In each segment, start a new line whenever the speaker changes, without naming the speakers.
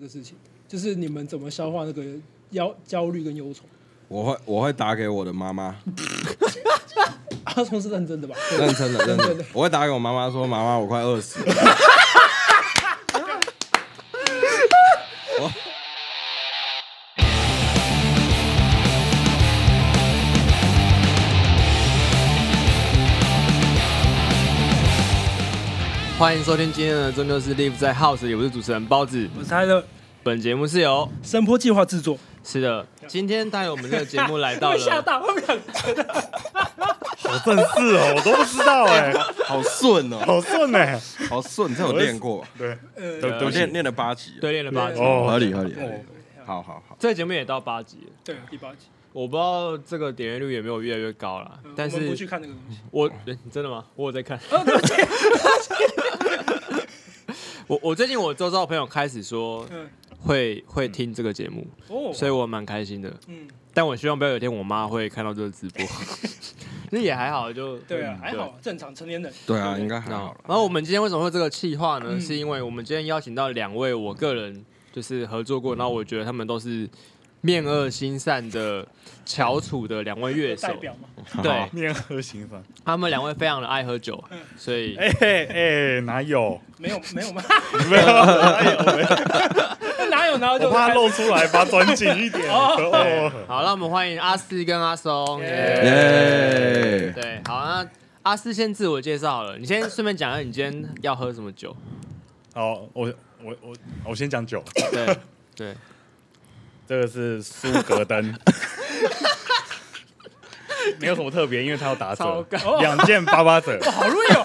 个事情，就是你们怎么消化那个焦焦虑跟忧愁。
我会我会打给我的妈妈，
阿聪是认真的吧？对
认真的认真的，我会打给我妈妈说，妈妈我快饿死了。
欢迎收听今天的《终究是 Live 在 House》里，我是主持人包子。
我猜的
本节目是由
声波计划制作，
是的，今天带我们这个节 目来到了，哦
吓到他们两个，
好正式哦，我都不知道 哎、
好顺哦，
好顺哎、
好顺，你这有练过吧？
对，
呃
对
我
不起
练练了八集，
对，练了八集，
哦
合理合理，合理好好好，
这个节目也到八集了，
对，第八集，
我不知道这个点阅率有没有越来越高啦
嗯，
但
我们不
是
去看那个东西，
我诶真的吗？我有在看。
哦
我我最近我周遭的朋友开始说
嗯，
会会听这个节目，
哦，
所以我蛮开心的。
嗯，
但我希望不要有一天我妈会看到这个直播， 那也还好，就
对啊，
嗯
还好，正常成年人，
对啊，应该还
那
好了。
然后我们今天为什么会有这个企划呢？
嗯
是因为我们今天邀请到两位我个人就是合作过，然后我觉得他们都是面恶心善的翘楚的两位乐手
代，表嘛，
对
面和行房，
他们两位非常的爱喝酒，
嗯
所以
哎、哎，哪 有？
没有没有嘛，
没有，哪有？没有
哪有哪有就
我怕
开
露出来，把它转紧一点。哦，
好，那我们欢迎阿四跟阿松。
耶
耶，
对，好，那阿四先自我介绍好了，你先顺便讲一下你今天要喝什么酒。
好，我我我我先讲酒，
对对，
这个是苏格 登，没有什么特别，因为它要打
超
折，
干
哦
两件八八折。
好锐哦，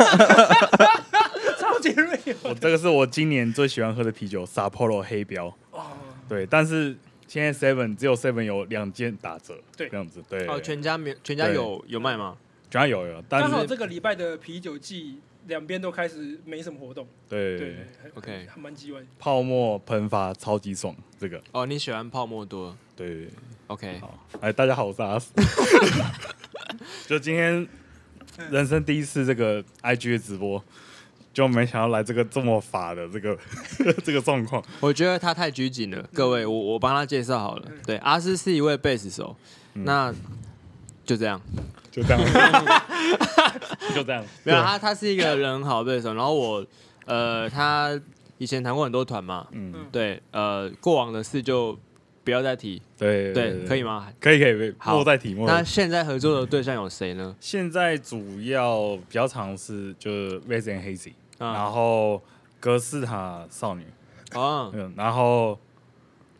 超级锐
我
哦，
这个是我今年最喜欢喝的啤酒，Sapporo 黑标。
哦，
对，但是现在 Seven 只有 Seven 有两件打折，
对
这样子，对，
哦，全家没全家
对
有有卖吗？
全有有，但
刚好
是
这个礼拜的啤酒季，两边都开始没什么活动，
对
对
OK
还蛮鸡歪的，
泡沫喷发超级爽，这个
哦，你喜欢泡沫多
对，
？OK，
好，哎，大家好，我是阿斯， 就今天人生第一次这个 IG 的直播，就没想到来这个这么法的这个 这个状况，
我觉得他太拘谨
嗯
了，各位，我我帮他介绍好了。对，阿斯是一位贝斯手，
嗯
那就这样。
就 这样，就这样，
没有啦，他他是一个人很好的贝斯手。然后我，呃，他以前弹过很多团嘛，
嗯，
对，呃，过往的事就不要再提，
对
对，可以？吗？
可以可以可以，
好
莫再提，莫
那
再提。
现在合作的对象有谁呢？
现在主要比较常是就是 Red and Hazy，、
啊
然后格式塔少女，
哦，
嗯，然后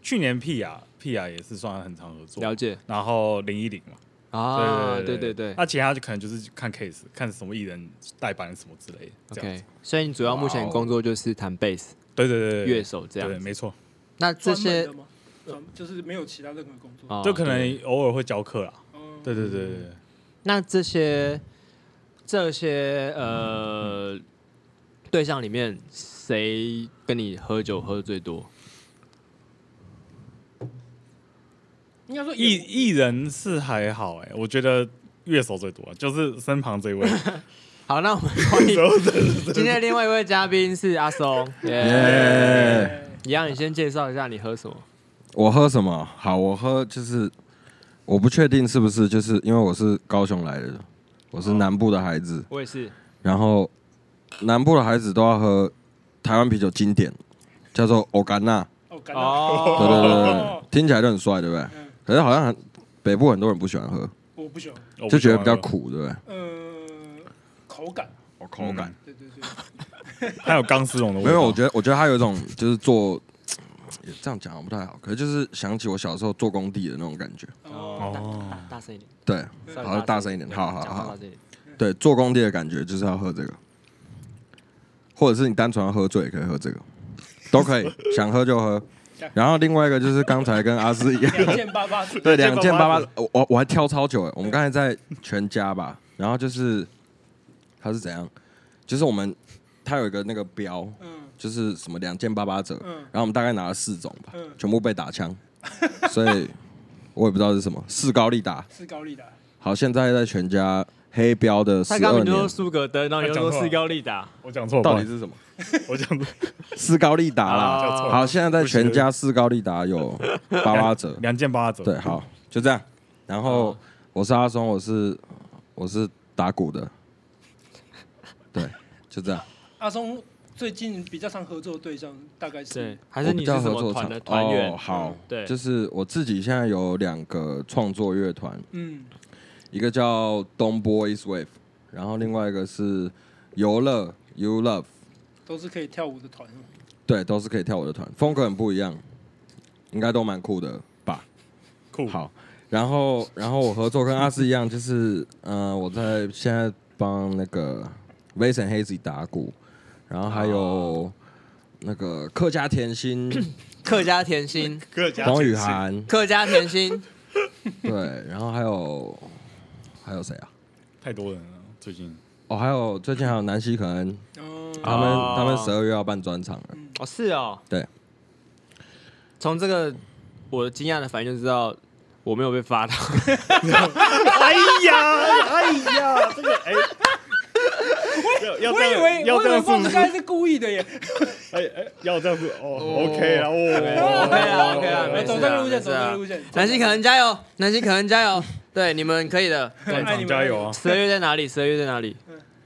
去年 P 雅 P 雅也是算很常合作，
了解
然后零一零嘛，
啊，对对
对
对
那其他就可能就是看 case，看什么艺人代班什么之类的。这样
，OK
子。
所以你主要目前
哇哦
工作就是弹贝斯
对对对对，
乐手这
对，
样。
没错，
那
专
这
门
些
的吗？专就是没有其他任何工作，
哦
就可
对
能偶尔会教课啦。
嗯
对对对对对，
那这些这些呃、对象里面，谁跟你喝酒喝最多？
应该说
艺
也
艺人是还好哎，我觉得乐手最多，就是身旁 这位，
好，那我们欢迎今天的另外一位嘉宾是阿松，耶！
耶，
哎
一样，你先介绍一下你喝什么？
我喝什么？好，我喝就是，我不确定是不是，就是因为我是高雄来的，我是南部的孩子，
我也是，
然后南部的孩子都要喝台湾啤酒经典，叫做欧甘娜。
哦，感到
对
哦，
对对对
哦
对，嗯听起来就很帅，对不对
嗯？
可是好像很北部很多人不喜欢喝，
我不喜欢，
我不
就觉得比较
喜欢喝，
苦，对不对？
呃，口感，
我
口感，
对对对，
还有钢丝绒的味
没
道。
有，我觉得我觉得他有一种就是做，也这样讲好像不太好，可是就是想起我小时候做工地的那种感觉。
哦
哦
大大大声一点，
对，
稍微
好大声一点
对
好好
讲话
好
大声一点
对，做工地的感觉就是要喝这个，或者是你单纯要喝醉也可以喝这个，都可以，想喝就喝。然后另外一个就是刚才跟阿斯一样，
两件八八折，
对，
两
两件
件
八
八
八，我我我还挑超久哎，我们刚才在全家吧，然后就是他是怎样，就是我们他有一个那个标，
嗯
就是什么两件八八折，
嗯
然后我们大概拿了四种吧，
嗯，
全部被打枪，所以我也不知道是什么，四高利达。
是高丽的，
好，现在在全家黑标的十
他刚
二
刚就说
年，
苏格登，然后你又说斯高利达，
我讲错，
到
不好
底
意思
是什么？
我讲错，
斯高利达啦。
叫
哦
错。
好，现在在全家斯高利达有八八折
两件八折。
对，好，就这样。然后我是阿松，我是我是打鼓的，对，就这样。
阿松最近比较常合作的对象大概
对
是，
还
还是你是什么团的团员？嗯
哦，好，
对
就是我自己现在有两个创作乐团，
嗯，
一个叫东 Boys Wave，然后另外一个是游乐 You Love，
都是可以跳舞的团。
对，都是可以跳舞的团，风格很不一样，应该都蛮酷的吧。
嗯
酷。
好，然后然后我合作跟阿斯一样，就是呃，我在现在帮那个 Vincent Hazy 打鼓，然后还有那个客家甜心
客家甜心，
各家
黄
全
雨
是
涵，
客家甜心，
对，然后还有还有谁啊？
太多人了，最近
哦，还有最近还有南希可恩，
嗯，
他们、
哦
他们十二月要办专场了，
哦是哦，
对。
从这个我惊讶的反应就知道我没有被发到，
哎呀，哎呀，这个哎，要要
我以
这样，
为
要
我以
这
为
样
放
是
着
不是？
刚才是故意的耶，
哎哎，要这样是哦，OK 啦，哦
OK 啦 OK 啦，啊没
哦走
事
这个
啦
路
没
线，
事
走这个
啦
路。线。
南希 可能加油，南希可能加油， 对你们可以的。
哎爱
专
你
场
们
加油啊！
十二月在哪里？十二月在哪里？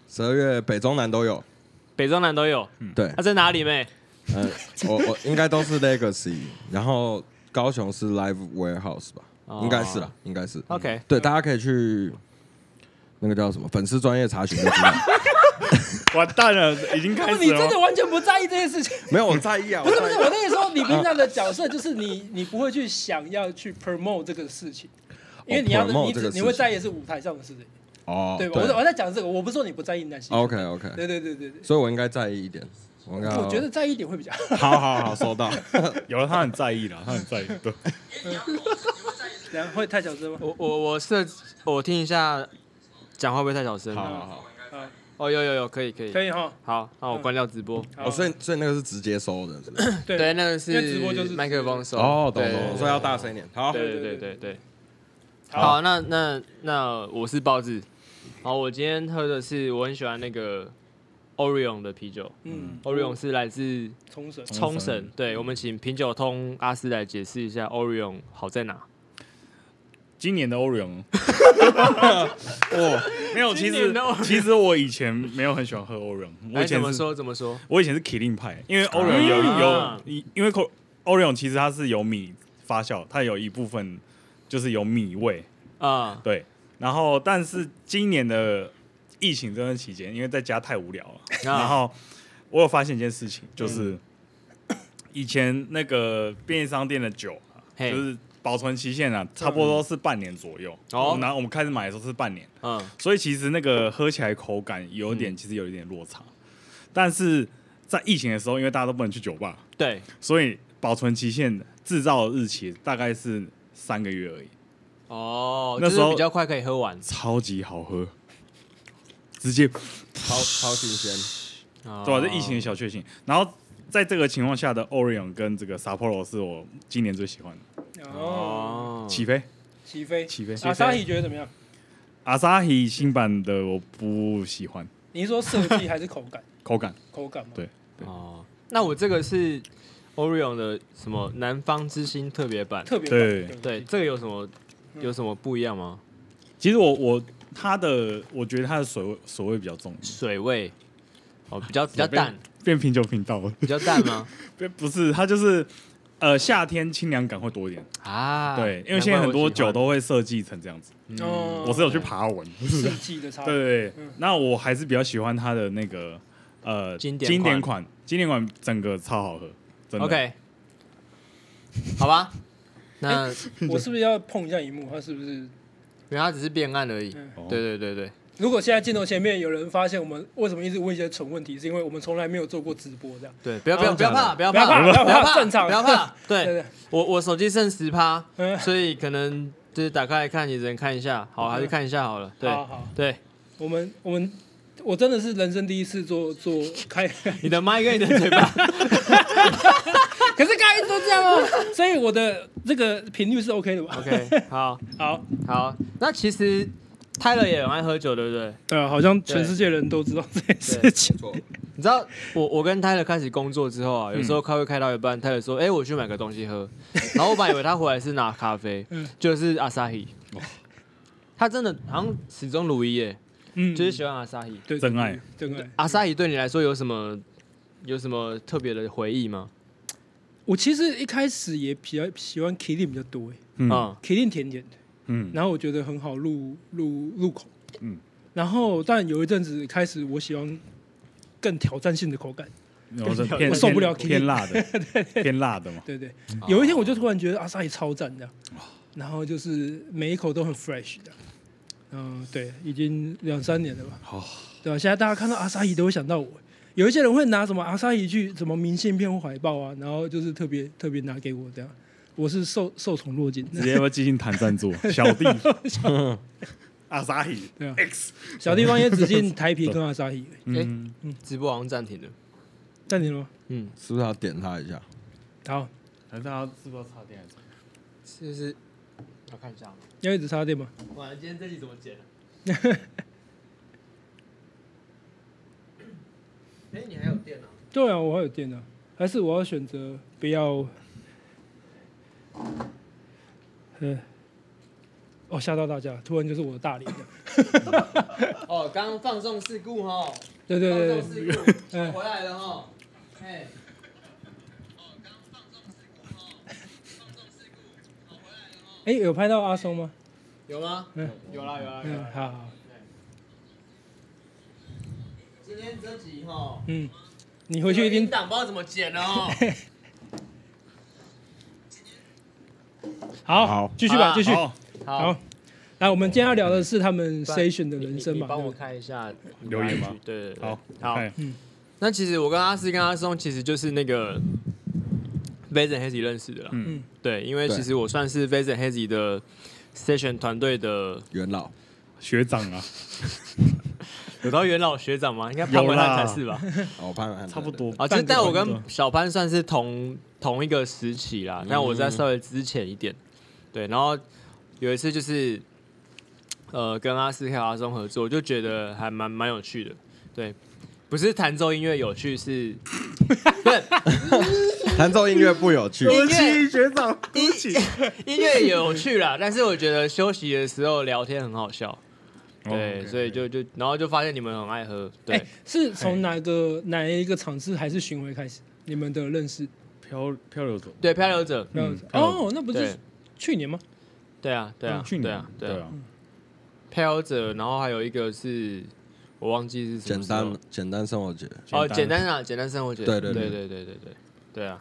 十二月北中南都有。
北中南都有。
对
那、，在哪里妹？
嗯、我我应该都是 Legacy，然后高雄是 Live Warehouse 吧，
哦
应该是啦，应该是。
OK
对，大家可以去那个叫什么粉丝专业查询就知道。
完蛋了，已经
不
开
是
始
你
了
真的
吗。
完全不在意这件事 情，
没有，我在意啊，我
不是不
在
是，
意。
我那个时候你平常的角色就是你， 你不会去想要去 promote 这个事情，因为你要
promote
你
哦
只
这个事
你
情
会在意的是舞台上的事情，
哦，
对吧？我在我在讲这个，我不是说你不在意那些，
哦
OK OK，
对对对对对，
所以我应该在意一点。我应该
呃
我觉得在意一点会比较好。
好好好，收到。
有了，他很在意啦，他很在意。对，
然后会太小声吗？
我我我设，我听一下，讲话会不会太小声？
好好好。
哦，有有有，可以可以。
可以哈，
好，那我关掉直播。
好
哦，所以所以那个是直接收的，是不是
对
对，那个是
因为直播就是
麦克风手。
哦，懂
对
懂懂，所以要大声一点。好，
哦对对对
对
对对。
好
好，那那那我是包子。好，我今天喝的是我很喜欢那个 Orion 的啤酒。
嗯，
Orion 是来自
冲绳，
冲
冲绳
绳，对我们请品酒通阿斯来解释一下 Orion 好在哪。
今年的 Orion
哦，
没有，其
今
实
年的 Orion
其实我以前没有很喜欢喝 Orion，我
哎，
以
怎
前
么
是
说怎么说？
我以前是 k i l i n 派，因为 Orion 有
啊
有因因为 Co- Orion 其实它是有米发酵，它有一部分就是有米味，
啊，
对。然后但是今年的疫情这段期间，因为在家太无聊了，
啊
然后我有发现一件事情，就是
嗯
以前那个便利商店的酒啊、
嘿嗯
就是保存期限啊，差不多是半年左右。
哦
哦，然后我们开始买的时候是半年。
嗯，
所以其实那个喝起来口感有点，其实有一点落差。但是在疫情的时候，因为大家都不能去酒吧，
对，
所以保存期限、制造日期大概是三个月而已，
哦，
那
就是
时候
比较快可以喝完
超级好喝，直接
超超新鲜。
对
对啊吧、这疫情的小确幸。然后在这个情况下的 Orion 跟这个 Sapporo 是我今年最喜欢的。
哦，
哦，
起飞，
起飞，
嗯起飞
阿沙喜觉得怎么样？
阿萨希新版的我不喜欢，
你是说设计还是口感？
口感
口感吗？
对
哦，那我这个是 Orion 的什么南方之星特别版？
特别
对
棒
对，，这个有什么有什么不一样吗？
其实我我它的我觉得它的水味水味比较重，
水味哦，比较比较淡，
变品酒频道了。
比较淡吗？
不不是，它就是呃夏天清凉感会多一点。
啊，
对，因为现在很多酒都会设计成这样子。
哦，
嗯我是有去爬文，
设计的 差
对
别，
对对
嗯。
那我还是比较喜欢它的那个呃
经典
典
款
款，经典款整个超好喝，真的。
OK，好吧，那
我是不是要碰一下荧幕？它是不是？
原来只是变暗而已。
嗯
哦
对对对对，
如果现在镜头前面有人发现我们为什么一直问一些蠢问题，是因为我们从来没有做过直播这样。
对，不要不要
哦
不要怕，不要
不要怕
怕，不要
不要怕
怕，
正常
不要怕。
对
对
对，
我我手机剩十趴，
嗯，
所以可能就是打开来看，也只能看一下。好，还是看一下好了。对
好好，
对，
我们我们我真的是人生第一次做做开，
你的麦跟你的嘴巴
可是刚才一直都这样哦，所以我的这个频率是 OK 的吧？
，OK，好。
好，
好，那其实泰勒也很爱喝酒，对不对？
对啊，好像全世界人都知道这件事情。
错，
你知道我我跟泰勒开始工作之后啊，有时候开会开到一半，泰勒说：“哎、我去买个东西喝。”然后我本来以为他回来是拿咖啡，
嗯
就是阿萨希。他真的好像始终如一耶，
嗯，
就是喜欢阿萨希。
对
真爱，
真爱。
阿萨希对你来说有什么有什么特别的回忆吗？
我其实一开始也比较喜欢 Killing 比较多诶
嗯
嗯，
，Killing 甜甜的，
嗯
然后我觉得很好入入入口。
嗯，
然后但有一阵子开始，我喜欢更挑战性的口感。
然后是偏
我受不了
偏偏辣的，偏辣的嘛。
对对，有一天我就突然觉得阿萨也超赞的，然后就是每一口都很 fresh 的。嗯，对，已经两三年了吧。
好
对吧、现在大家看到阿萨伊都会想到我。有一些人会拿什么阿萨伊去什么明信片或海报啊，然后就是特别特别拿给我这样，我是受受宠若惊。
直 接要不要进行谈赞助？小弟，阿萨伊
对啊
X，
小地方也只进台啤跟阿萨伊，
嗯，
直播好像暂停了。
暂停了吗？
嗯，
是不是要点他一下？
好，
还是他是不是要插电？
就是我看一下，啊
要一直插电吗？
哇，今天这集怎么剪、啊？哎、你还有电啊？
对啊，我还有电呢、还是我要选择不要？嗯，哦，吓到大家，突然就是我的大脸了。
哦，刚刚放纵事故哈，
对对对对，
事故
嗯
回来了哈，哎，
哎、有拍到阿松吗？
有吗？
嗯
有啦有啦
嗯，好好，
今天这集哈，
嗯，你回去一定
档不知道怎么剪了哈。
好
好
继续吧，
啊
继续。
好，
好，来，我们今天要聊的是他们
不然
session 的人生
你
嘛
你帮我
对
看一下
留言吗？
对对对，
好，
好。
哎
那其实我跟阿四跟阿松其实就是那个 v a s e n Hazy 认识的啦。
嗯
嗯，
对，因为
对
其实我算是 v a s e n Hazy 的 session 团队的
元老，
学长啊，
有到元老学长吗？应该潘文汉才是吧？
哦，我潘潘
差不多。
啊，就是但我跟
半个
小潘算是同同一个时期
嗯
啦，但我在稍微之前一点。对，然后有一次就是呃跟阿斯还有阿松合作，就觉得还蛮蛮有趣的。对，不是弹奏音乐有趣，是
弹奏音乐不有 趣，
音乐
对不起学长，对不起。
音乐也有趣啦，但是我觉得休息的时候聊天很好笑。
哦
对，所以就就然后就发现你们很爱喝，对，
哎，是从哪个哪一个场次还是巡回开始？你们的认识？
漂漂流走，
对，漂流者，
这样子
还有
哦，那不
嗯对
是去年吗？
对啊，对啊，
去
对
年
啊，对
对
啊，
啊，
漂流者，然后还有一个是我忘记是什
简
么时候
单简单生活节，
哦，简单啊，简单生活节，
对
对
对对
对对对对对对啊。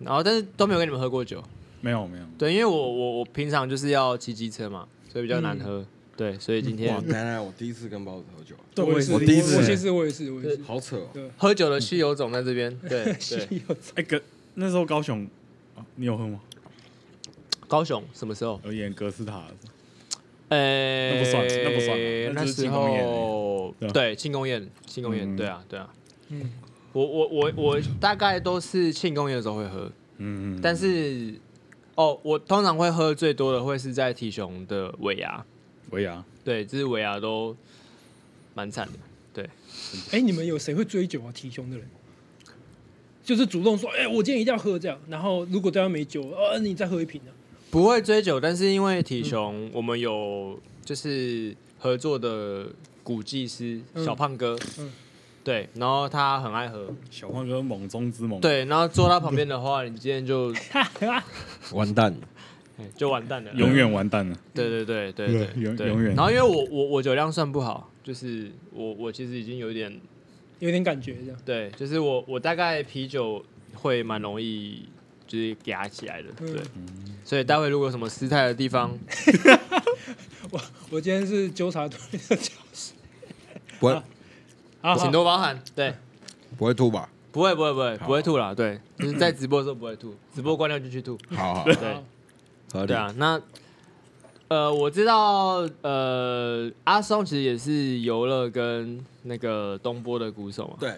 然后但是都没有跟你们喝过酒，
没有没有，
对，因为我我我平常就是要骑机车嘛，所以比较难喝，
嗯
对，所以今
哇，
天
当然我第一次跟包子喝酒，
对
我也
是，
是
我
我第一
次
我其实我也是，我也是。
好扯哦。
喝酒的稀有种在这边，
嗯
对 对。
哎哥，那时候高雄，啊你有喝吗？
高雄什么时候？
有演格斯塔的时候，
呃，
那不算那不算
那
那只是
时
庆功宴
候
对吧
对庆功宴，庆功宴，
嗯
对啊，对啊。
嗯，
我我我我大概都是庆功宴的时候会喝，
嗯，
但是哦，我通常会喝最多的会是在体雄的尾牙，
维亚
对，这是尾牙都蛮惨的。
哎，你们有谁会追酒啊？提胸的人，就是主动说，哎，我今天一定要喝这样。然后如果对方没酒，呃，你再喝一瓶啊。
不会追酒，但是因为体雄，我们有就是合作的古技师
嗯
小胖哥，
嗯
对，然后他很爱喝，
小胖哥猛中之猛，，
对，然后坐他旁边的话，你今天就
完蛋，
哎就完蛋了，
永远完蛋 了。
对对对对对
永
对
永远
然后因为我我我酒量算不好，就是我我其实已经有一点
有点感觉这样。
对，就是我我大概啤酒会蛮容易就是压起来的，
嗯
对。所以待会如果有什么失态的地方，
我今天是纠察队的角色。
不会
好，
请
好
多包涵。对，
不会吐吧？
不会不会不会
好
不会吐啦，对，就是在直播的时候不会吐，直播关掉就去吐。
好好，
对
合理
对。啊，那呃我知道呃阿松其实也是游乐跟那个东波的鼓手嘛，
对，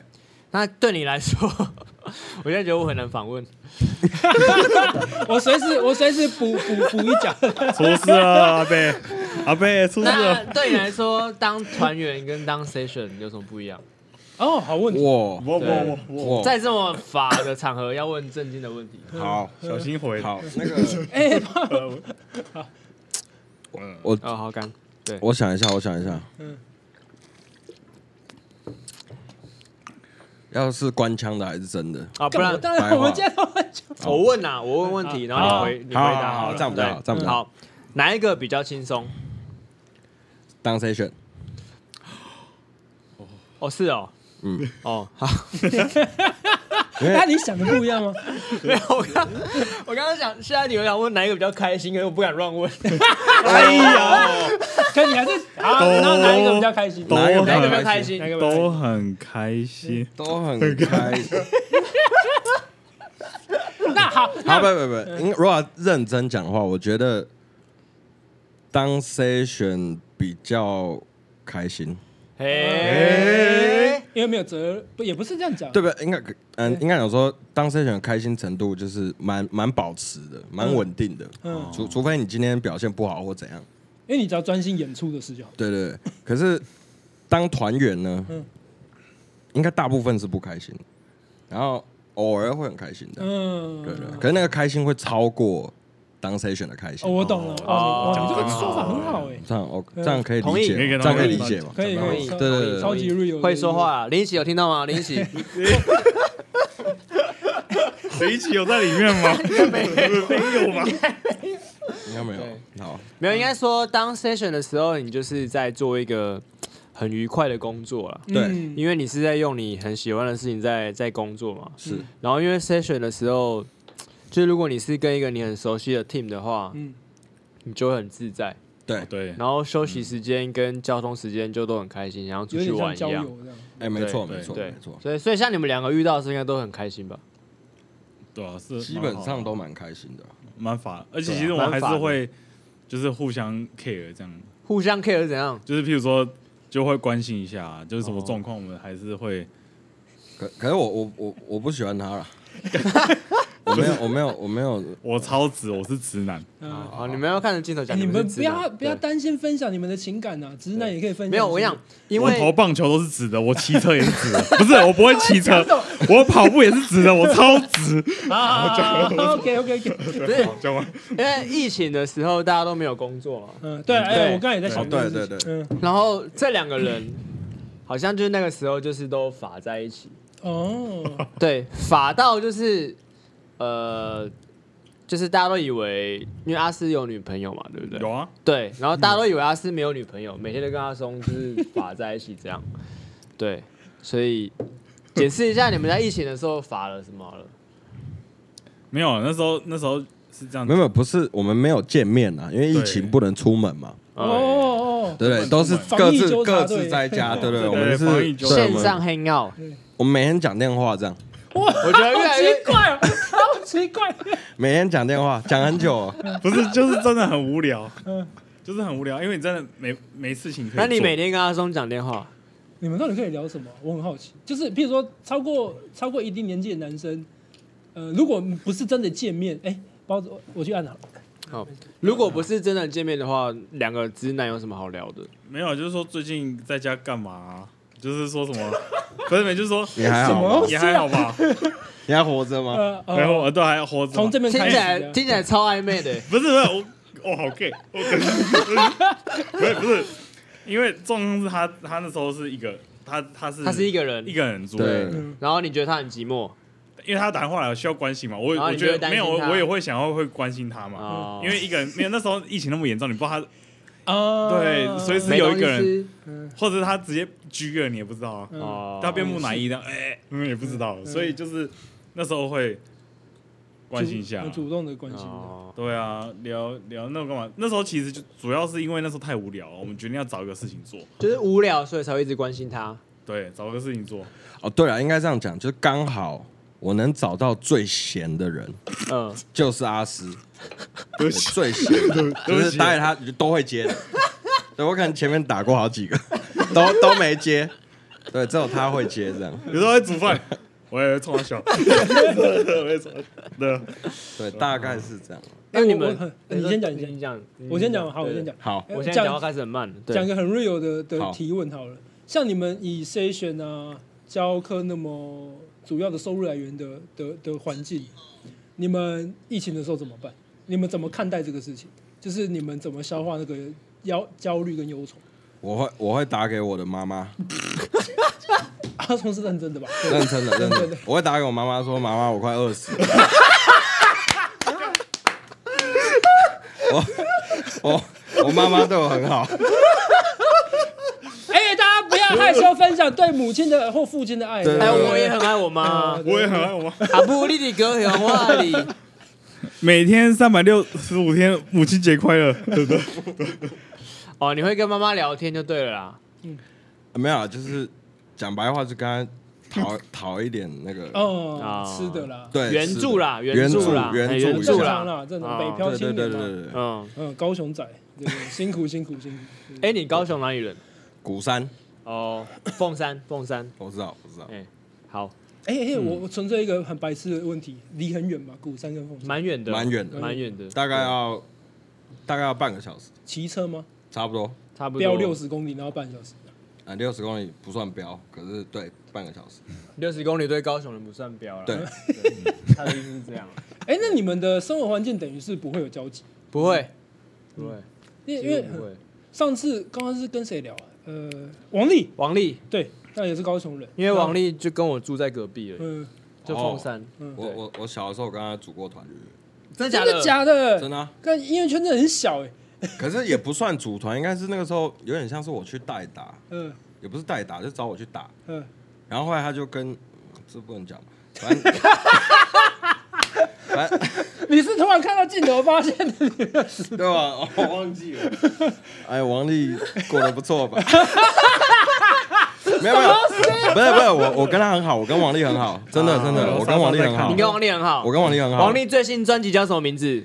那对你来说， 我现在觉得我很难访问。
我随时我随时补补补一脚。
出事了，阿贝，阿贝出事
那
了，
对你来说，当团员跟当 session 有什么不一样？
哦，好问题，
哇
我我我
哇，
在这么法的场合，要问正经的问题。
好
我小心回
好那个，
哎，
我
哦，好干，
我想一下，我想一下，
嗯
要是官腔的还是真的？
啊，不然
当然我们家都很久，
哦我问呐，我问问题，然后你回你回
好
答
好
好
好
了，
这样比较好
对
这样比较好
好。哪一个比较轻松？
当 session
哦，是哦，
嗯
嗯， 哦，好，
那你想的不一样吗？
没有，我刚我刚刚想，现在你们想问哪一个比较开心，可是我不敢乱问，
哎呀，
可你还是啊，
都
那哪一个比较开心？
都
哪一个
哪一个比
开
较开
心
心
哪？一个比较开心
都很开心。
都很开心。
那好，
好，不不不，因为如果要认真讲话，我觉得当 session 比较开心，
嘿，
因为没有责，不也不是这样讲，
对不对？应该嗯，应该讲说当 session 的开心程度就是蛮蛮保持的，蛮稳定的。哦
嗯
除除非你今天表现不好或怎样，
因为你只要专心演出的事就好。
对对对。可是当团员呢，
嗯
应该大部分是不开心，然后偶尔会很开心的。
嗯，
对对，可是那个开心会超过当 session 的开心。
哦，我懂了，哦，你这个说法很好哎，
这样 OK，
嗯
这样可以
同
理
意
解
可以
吗，
跟
这
他
样可以理
们
啊
解吗？
可以可以，
对对对
超级 real，
会说话啊，林一奇有听到吗？林一奇，
谁一起有在里面 吗？没有吧？
应该没有。好，
没有，应该说当 session 的时候，你就是在做一个很愉快的工作了。
嗯，
对
因为你是在用你很喜欢的事情在在工作嘛，
是
嗯
然后因为筛选的时候，就是如果你是跟一个你很熟悉的 team 的话，
嗯
你就会很自在，
对，
对，
然后休息时间跟交通时间就都很开心，然后出
有
去
点像
玩一
交
样。
友这样，
哎，没错
对
没错
对
没错，
所以，所以像你们两个遇到的时候，应该都很开心吧？
对啊，是
基本上都蛮开心的。
蛮法，而
啊
且其实我们还是会就是互相 care 这样，
互相 care 是怎样？
就是譬如说就会关心一下，就是什么
哦
状况我们还是会
可可是我我我我不喜欢他了，我没有我没有我没有，
我超直，我是直男，
嗯。
哦，你们要看得镜头讲，
哎你
们
们
是
不
直男
要不要
对
担心分享你们的情感啊呐，直男也可以分享。
没有，我想，因
我投
为
棒球都是直的，我骑车也是直的， 不是我不会 骑车，我跑步也是直的，我超直。
啊，OK OK OK，
不是
好，讲完。
因为疫情的时候大家都没有工作嘛，
嗯，对，哎，我刚才也在想，嗯，
然后这两个人好像就是那个时候就是都法在一起，
哦，
对，法到就是呃，就是大家都以为，因为阿斯有女朋友嘛，对不
有
对？
啊，
对，然后大家都以为阿斯没有女朋友，每天都跟阿松就是法在一起 这样，对，所以解释一下你们在疫情的时候法了什么好了？
没有，啊那时候那时候是这样
没，有没有不是我们没有见面啊，因为疫情
对
不能出门嘛，
哦，
哦哦，
对不对？都是
防
疫
各自
纠察
各
队
自在家，对不对？
对
我们是
防疫
对
纠
我
察
们
线上 hang out，
我们每天讲电话这样，
哇，
我觉得越来越
奇怪哦，好奇怪，
每天讲电话讲很久哦，
不是就是真的很无 聊，就是很无聊，因为你真的没没事情可以
嗯
做。
那你每天跟阿松讲电话，
你们到底可以聊什么？我很好奇。就是譬如说，超过超过一定年纪的男生，呃，如果不是真的见面，哎、包子，我我去按好了。
好，如果不是真的见面的话，两个直男有什么好聊的？
没有，啊就是说最近在家干嘛啊、就是说什么，不是，没就是说
你还好
什
吗
么？
也还好吧，
你还活着吗？
呃，
哦
然后
呃
我都还活着嘛。
从这边
听
开
起
始啊
来
的，
听起来超暧昧的、
啊 不是不是我，我哦好 gay，我 不是不是，因为状况是他他那时候是一个他他是
他是一个人
一，个人住，
对
嗯
然后你觉得他很寂寞
因为他打电话来需要关心嘛，我也
然后
我
哦你
觉
就会
得
担
没
心
有，
他
我也会想要会关心他嘛，
啊？
嗯因为一个人没有那时候疫情那么严重，你不知道他
啊，
对随时
没
有
东
一个
西
人
吃
嗯
或者他直接狙了你也不知道啊，
嗯
哦，
他变木乃伊的，哎，嗯也不知道，所以就是那时候会关心一下
主，主动的关心的。
哦
对啊，聊聊那个干嘛？那时候其实就主要是因为那时候太无聊了，我们决定要找一个事情做。
就是无聊，所以才会一直关心他。
对，找个事情做。
哦，对了，应该这样讲，就是刚好我能找到最闲的人，
嗯，
就是阿斯，
对不起，
最闲的，
对
就
不
是
起
打给他你就都会接的。对，我可能前面打过好几个，都都没接，对，只有他会接这样。
有时候会煮饭，我也会冲他笑，我也冲他笑。对，
对，大概是这样。
哎，
那
我
你
我
们
很，你先讲，你
你
先，
讲，
我先讲，好，我
对
先讲。。
好，
对我现在
讲
讲话开始很慢，对
讲一个很 real 的的
好
提问好了，像你们以 session 啊、教课那么主要的收入来源的的的环境，你们疫情的时候怎么办？你们怎么看待这个事情？就是你们怎么消化那个焦焦虑跟忧愁？
我会我会打给我的妈妈，
阿聪是认真的吧？对
认真的认真的，我会打给我妈妈说，妈妈，我快饿死了。我我我妈妈对我很好，
哎、大家不要害羞分享对母亲的或父亲的爱。啊
对
哎，
对对
我也很啊爱我妈，
我也很爱我妈。
阿布利迪哥很话里，
每天三百六十五天，母亲节快乐，对不对？
哦，你会跟妈妈聊天就对了啦。
没有啊，就是讲白话，就跟她
嗯
讨讨一点那个
哦、
啊
吃的啦，
对
援助啦，援
助
啦，
援
哎
助
援
一
正
助
下
常
啦。
啦，正常，
啊
北漂
对
青
对
年
对
嘛，
对对对，
嗯，
嗯，高雄仔，对对辛苦辛苦辛苦。
哎，你高雄哪里人？
鼓山
哦，凤山，凤山。
我知道我知道，
哎，好，
哎、哎、
嗯
我我存在一个很白痴的问题，离很远嘛，鼓山跟凤山，
蛮远的，
蛮远的
蛮远的，
大概要大概要半个小时，
骑车吗？
差不多
差不多
飙六十公里，然后半小时。
啊，六十公里不算标，可是对半个小时，
六十公里，对高雄人不算标了。
对，
对，他的意思是这 样。
哎、那你们的生活环境等于是不会有交集，
不会，不会，
因为因
几乎
为
不会。
上次刚刚是跟谁聊啊？呃，王丽，
王丽，
对，那也是高雄人，
因为王，丽就跟我住在隔壁了，
嗯、
哦
就凤山。
嗯，
我我我小的时候跟他组过团，
真
真的假的？
真的啊、
但音乐圈真的很小哎、
可是也不算组团，应该是那个时候有点像是我去代打，
嗯
也不是代打，就找我去打，
嗯，
然后后来他就跟这不能讲吧，反正 反正。
你是突然看到镜头发现的你 的时
对吧？
哦
我忘记了。哎，王丽过得不错吧？ 没有没有，不是不是，我我跟她很好，我跟王丽很好，真的
啊
真
哦
的，我跟王丽很好
你，跟王丽很好，
我跟王啊丽很好，
王丽最新专辑叫什么名字？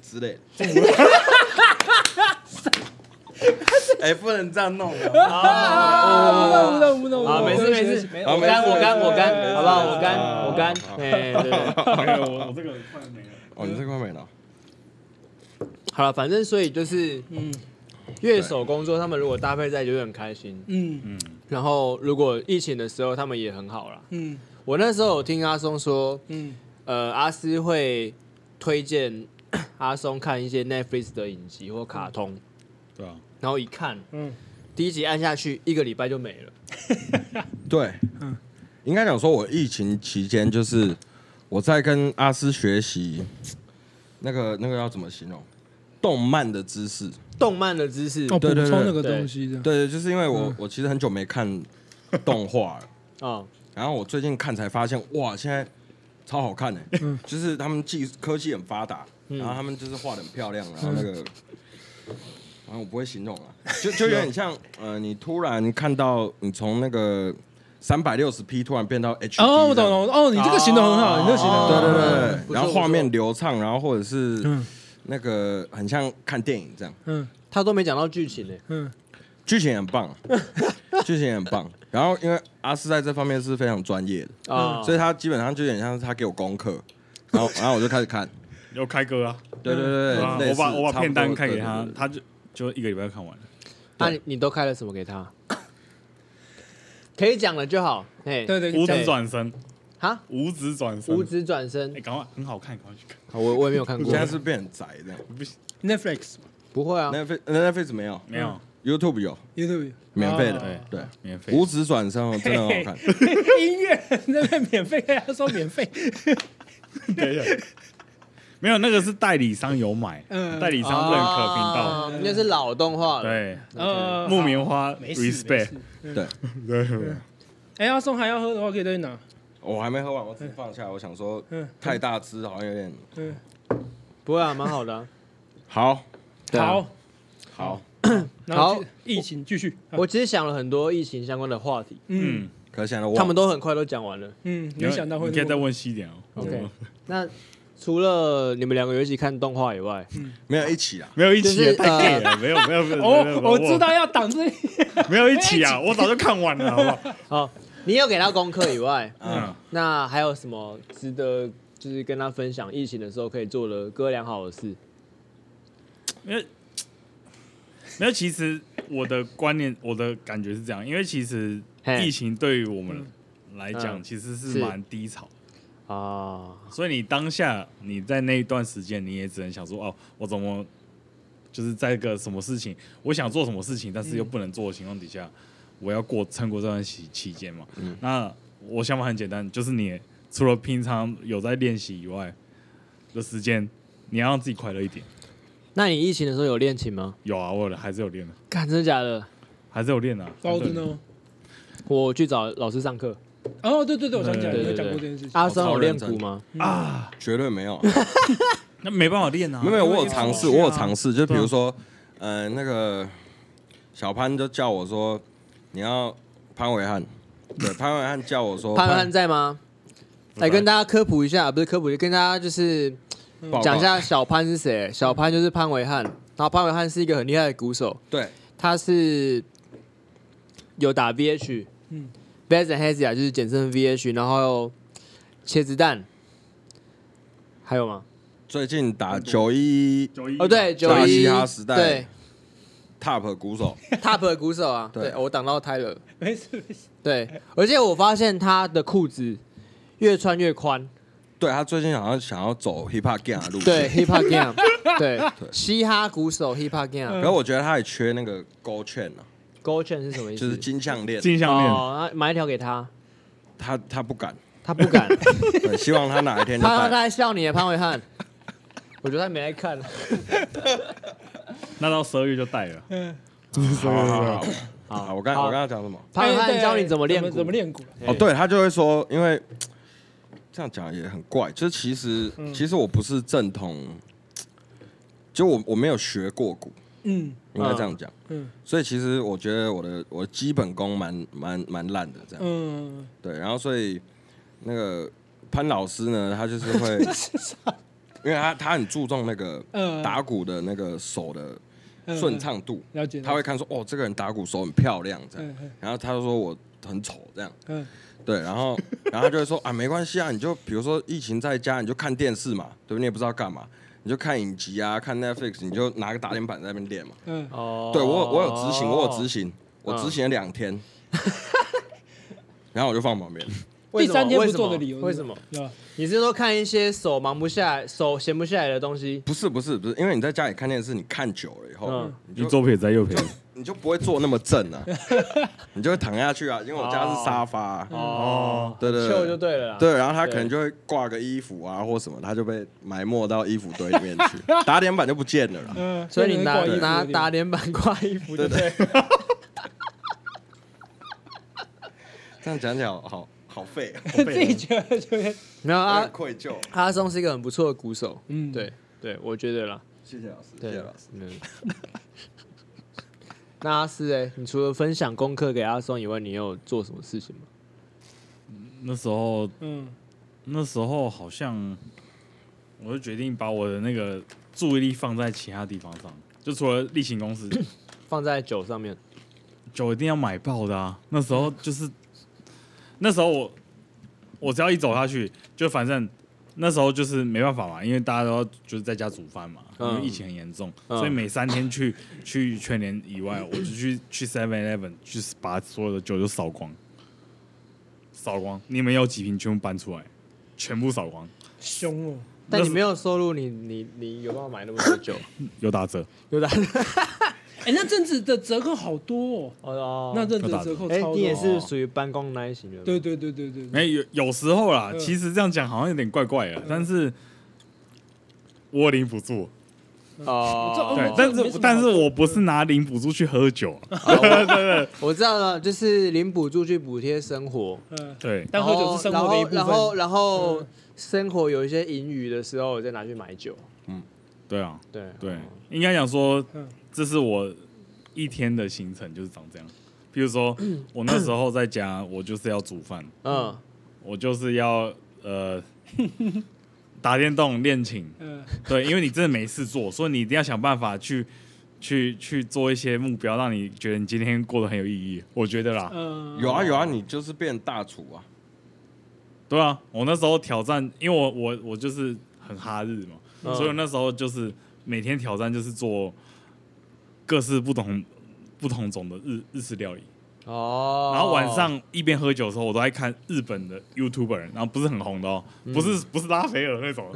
之类的。 哎，不能这样弄啊！
候，不能不能不
啊，
能，
没事没事，我干我干我干，好不好？我干
啊
我干，哎，对 对。
没有，我我这个快没 了。
哦，你这块没了。
好了，反正所以就是
嗯
乐手工作，他们如果搭配在一起就会很开心。
嗯
然后如果疫情的时候，他们也很好啦。
嗯
我那时候有听阿松说，
嗯，
呃，阿斯会推荐 阿松看一些 Netflix 的影集或卡通，
对啊，
然后一看，
嗯
嗯，第一集按下去，一个礼拜就没了。
对，
嗯
应该讲说，我疫情期间就是我在跟阿斯学习那个那个要怎么形容动漫的知识。
动漫的知识，
哦，补
对对
充那
对
个
对
东西这样，
对，就是因为我、我其实很久没看动画了，
哦，
然后我最近看才发现，哇，现在超好看呢、
嗯
就是他们技科技很发达，
嗯
然后他们就是画的很漂亮，然后那个，
嗯
然后我不会形容啊， 就就有点像呃，你突然看到你从那个三百六十 P 突然变到 HD，
哦，我懂了，我懂哦，你这个形容很好，你这个形容
这
很
样。
好
对对
哦
对对，
不错
然后
不错
画面流畅，然后或者是
嗯
那个很像看电影这样，
嗯
他都没讲到剧情呢。
嗯
剧情很棒，剧情很棒。然后因为阿斯在这方面是非常专业的，
啊，
嗯
所以他基本上就有点像是他给我功课，然后 然后我就开始看，
有开歌啊，
对对对
啊
类
我
似
把我
差
把
不
片单
多
开给
对对
他
对，
他就就一个礼拜就看完了。
那你你都开了什么给他？可以讲了就好。嘿，
对对，
五
讲
指转身，
哈，
五指转身，
五指转身
哎，，赶快，很好看，赶快去看。
好我我也没有看过
现。在是变很宅这样。
Netflix
不会啊，
Netflix Netflix 没有
没啊有，
，YouTube 有
YouTube
免费的
哦，
对。
免费。
五指转身 哦，真的很好看。
音乐那边免费，他说免费，
等一下没有，那个是代理商有买，
嗯
代理商认可频道。
哦那是老动画了。嗯
对，
呃，
木棉花
没事没事
，respect。
对，
对，
哎，阿松还要喝的话，可以再去拿。
我还没喝完，我只放下。我想说
嗯，
太大只好像有点
嗯，
不会啊，蛮好的啊。
好
对啊
好，
好，
嗯
然后
好
继疫情继续，
我其实想了很多疫情相关的话题，
嗯
嗯，
可想了我
他们都很快都讲完了。
嗯，没想到会
你
那
可以再
么
问细一点哦。
OK，那除了你们两个有一起看动画以外，
没有一起啊，
没有一起
就
啊
是
太 gay 了，没有没有没有。没有没
呃哦
有，
我知道要挡这，
没有一起啊，我早就看完了，好不好？
好，哦你有给他功课以外，
嗯，
那还有什么值得就是跟他分享疫情的时候可以做的哥俩好的事？
因为没有，其实我的观念，我的感觉是这样，因为其实
嘿
疫情对于我们来讲
嗯
其实是
是
蛮低潮的，
啊，
所以你当下你在那一段时间，你也只能想说，哦，我怎么就是在一个什么事情，我想做什么事情，但是又不能做的情况底下，我要过撑过这段期期间嘛。那我想法很简单，就是你除了平常有在练习以外的时间，你要让自己快乐一点。
那你疫情的时候有恋情吗？
有啊，我有还是有练的，
干，真的假的？
还是有练的、啊。
高
还
的
是有练？
呢？
我去找老师上课。
哦，对对对，我想起来
对
你
对
有
对
讲过
对
这件
对
事，情。
阿生有练鼓吗？
绝对没有，
那没办法练啊。
没有没有，我有
因为
尝试，
啊
我有尝试，就比如说，呃，那个小潘就叫我说你要潘伟汉，对，潘伟汉叫我说
潘潘在吗？来跟大家科普一下，不是科普，跟大家就是
报告
讲一下小潘是谁。小潘就是潘维汉，然后潘维汉是一个很厉害的鼓手，
对，
他是有打 VH，嗯
嗯
b a s and Hazy 啊，就是简称 VH，然后茄子蛋，还有吗？
最近打九一
九一
哦，对，
大
九一
嘻哈时代
对
Top 鼓手，
Top 的鼓手啊，
对
对我挡到胎了，
没事没事，
对，而且我发现他的裤子越穿越宽，
对他最近好像想要走 Hip Hop Gang 的路
对
线，
，Hip Hop Gang，对，嘻哈鼓手 Hip Hop Gang，
然后我觉得他也缺那个 Gold Chain 啊，
勾圈是什么意思？
就是金项链，
镜像练。
哦，那买一条给他，
他他不敢，
他不 敢，
对，希望他哪一天就
他他
戴。
在笑你，潘伟汉。我觉得他没 来看，
那到十二月就带了。
好好好好，好我刚我刚刚讲什么？
潘伟
哎
汉
对
教你怎么练鼓，
怎么练鼓，
对
哦，对他就会说，因为这样讲也很怪，就是其实、
嗯
其实我不是正统，就我我没有学过鼓，
嗯
应该这样讲，
嗯
所以其实我觉得我的我的基本功蛮蛮蛮烂的这样，
嗯，
对，然后所以那个潘老师呢，他就是 会，因为他他很注重那个
嗯
打鼓的那个手的
嗯
顺畅度，
了解，
他会看说哦，这个人打鼓手很漂亮这样
嗯，嗯
然后他就说我很丑这样。
嗯
对，然后然后他就会说啊，没关系啊，你就比如说疫情在家，你就看电视嘛，对不对？你也不知道干嘛，你就看影集啊，看 Netflix，你就拿个打点板在那边练嘛。
嗯，
哦
对我有我有执行，我有
哦
执行，我
嗯
执行了两天， 然后我就放旁边。
为什
第
么
三天
为
不
什
做的
么
理由是啊
为什么？
对吧？
你是说看一些手忙不下来、手闲不下来的东西？
不是不是不是，因为你在家里看电视，你看久了以后，
嗯
你
你
就
左撇子还是右撇子？
你就不会坐那么正 啊，你就会躺下去啊，因为我家是沙发、啊。
哦，
对对对
秀就对了啦。
对，然后他
对
可能就会挂个衣服啊或什么，他就被埋没到衣服堆里面去，打点板就不见了啦。
嗯，
所以你拿
变成
拿
挂衣服的地方
打脸板挂衣服就对了。
这样讲讲好好废 哦，
自己觉得就会
没有
有
阿
点愧疚。
阿松是一个很不错的鼓手，
嗯
对对，我觉得啦。
谢谢老师，谢
对
谢老师。
嗯。那阿斯哎，你除了分享功课给阿松以外，你有做什么事情吗？
那时候
嗯
那时候好像，我就决定把我的那个注意力放在其他地方上，就除了例行公事，
放在酒上面，
酒一定要买爆的啊。那时候就是，那时候我我只要一走下去，就反正那时候就是没办法嘛，因为大家都要就是在家煮饭嘛，因
嗯
为疫情很严重，
嗯
所以每三天去去全年以外，我就去去 Seven Eleven 去把所有的酒都扫光，扫光，你们有几瓶全部搬出来，全部扫光。
凶哦，
但
那
你
是
没有收入，你你你有办法买那么多 酒？
有打折，
有的。
哎，那阵子的折扣好多哦，
哦
那阵子的折扣
哎
超，多，哦
你也是属于办公那一型的。
对，对对对对对，
没有有时候啦，
嗯
其实这样讲好像有点怪怪的，但是我有领补助，
哦
对
这，
但
没什
是
么
但是
好嗯
我不是拿领补助去喝酒，啊
我知道了，就是领补助去补贴生活，
嗯，
对，
但喝酒是生活的一部分，
然后然后然后
嗯
生活有一些盈余的时候，我再拿去买酒。
对啊，
对
对，应该讲说
嗯，
这是我一天的行程就是长这样。比如说，
嗯
我那时候在家，我就是要煮饭，
嗯，
我就是要 呃打电动、练琴，
嗯
对，因为你真的没事做，所以你一定要想办法去去去做一些目标，让你觉得你今天过得很有意义。我觉得啦，
嗯，
有啊有啊，你就是变大厨啊，
对啊，我那时候挑战，因为我我我就是很哈日嘛，
嗯
所以我那时候就是每天挑战就是做各式不同不同种的日日式料理。
哦，
然后晚上一边喝酒的时候，我都在看日本的 YouTuber，然后不是很红的哦，
嗯
不是不是拉斐尔那种，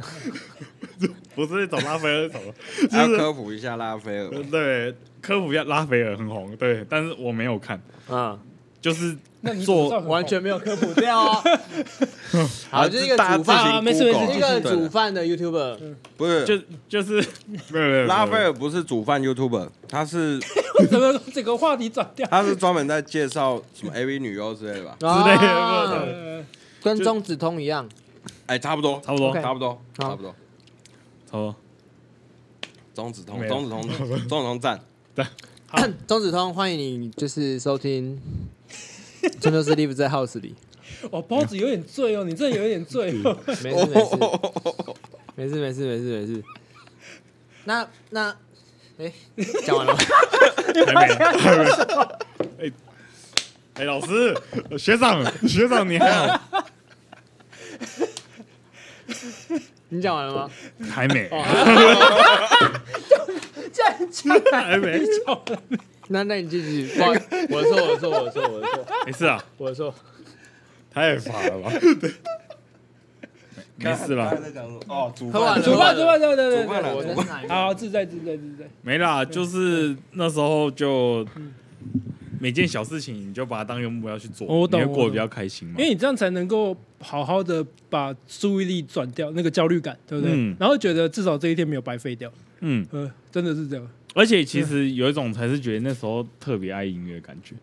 不是那种拉斐尔那
啊
种，
还要
就是
科普一下拉菲尔。
对科普一下拉斐尔很红，对，但是我没有看，
嗯，
就是
那你怎么知道
做
很
完全没有科普掉啊。好，就是一个
大家
煮
自
饭哦
行
啊没事没事
Google
一个
对的
煮饭的
嗯
YouTuber，
不是
就就是没有没有
拉
没
菲
有
尔不是煮饭 YouTuber，他是
怎么整个话题转掉？
他是专门在介绍什么 AV 女优之类的吧？
之
类
嗯
的不是
呃，
啊跟钟子通一样。
哎，差不多，
差不多
OK
差不多，
好
差不多。
差不 多
钟子通，
没了
钟子通，钟子通赞。
钟子通，欢迎你，就是收听《春秋是 live 在 house 里
哦，包子有点醉哦，你这有点醉 哦。》
没事没事。没事没事没事没事。那那，哎、讲完了吗？
还没还没， 哎哎老师学长学长你还好
你讲完了吗？
还没
这样讲
还没
那那你继续。不好意思我错我错我错我错
没事啊，
我错。
太烦了吧？没事啦
刚才，在讲什么哦，煮
喝完
饭
了
煮饭煮饭对对对
煮饭了
我
对
在
对，
哪一个？
好自在自在自在。
没啦，就是那时候就每件小事情，你就把它当一个目标去做，
我懂
你会过
我
得
懂
比较开心嘛
因。为你这样才能够好好的把注意力转掉那个焦虑感，对不对？
嗯
然后觉得至少这一天没有白费掉，
嗯，
呃，真的是这样。
而且其实有一种才是觉得那时候特别爱音乐的感觉，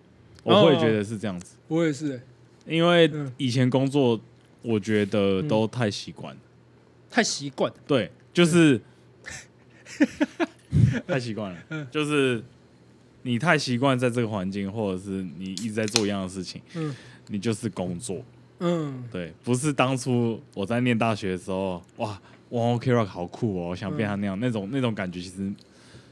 我会觉得是这样子，
我也是、欸
因为
嗯
以前工作我觉得都太习惯了，
太习惯了，
对，就是太习惯了，就是你太习惯在这个环境，或者是你一直在做一样的事情，
嗯
你就是工作，
嗯，
对，不是当初我在念大学的时候，哇，哇 OK Rock 好酷哦，我想变他那样，那种那种感觉，其实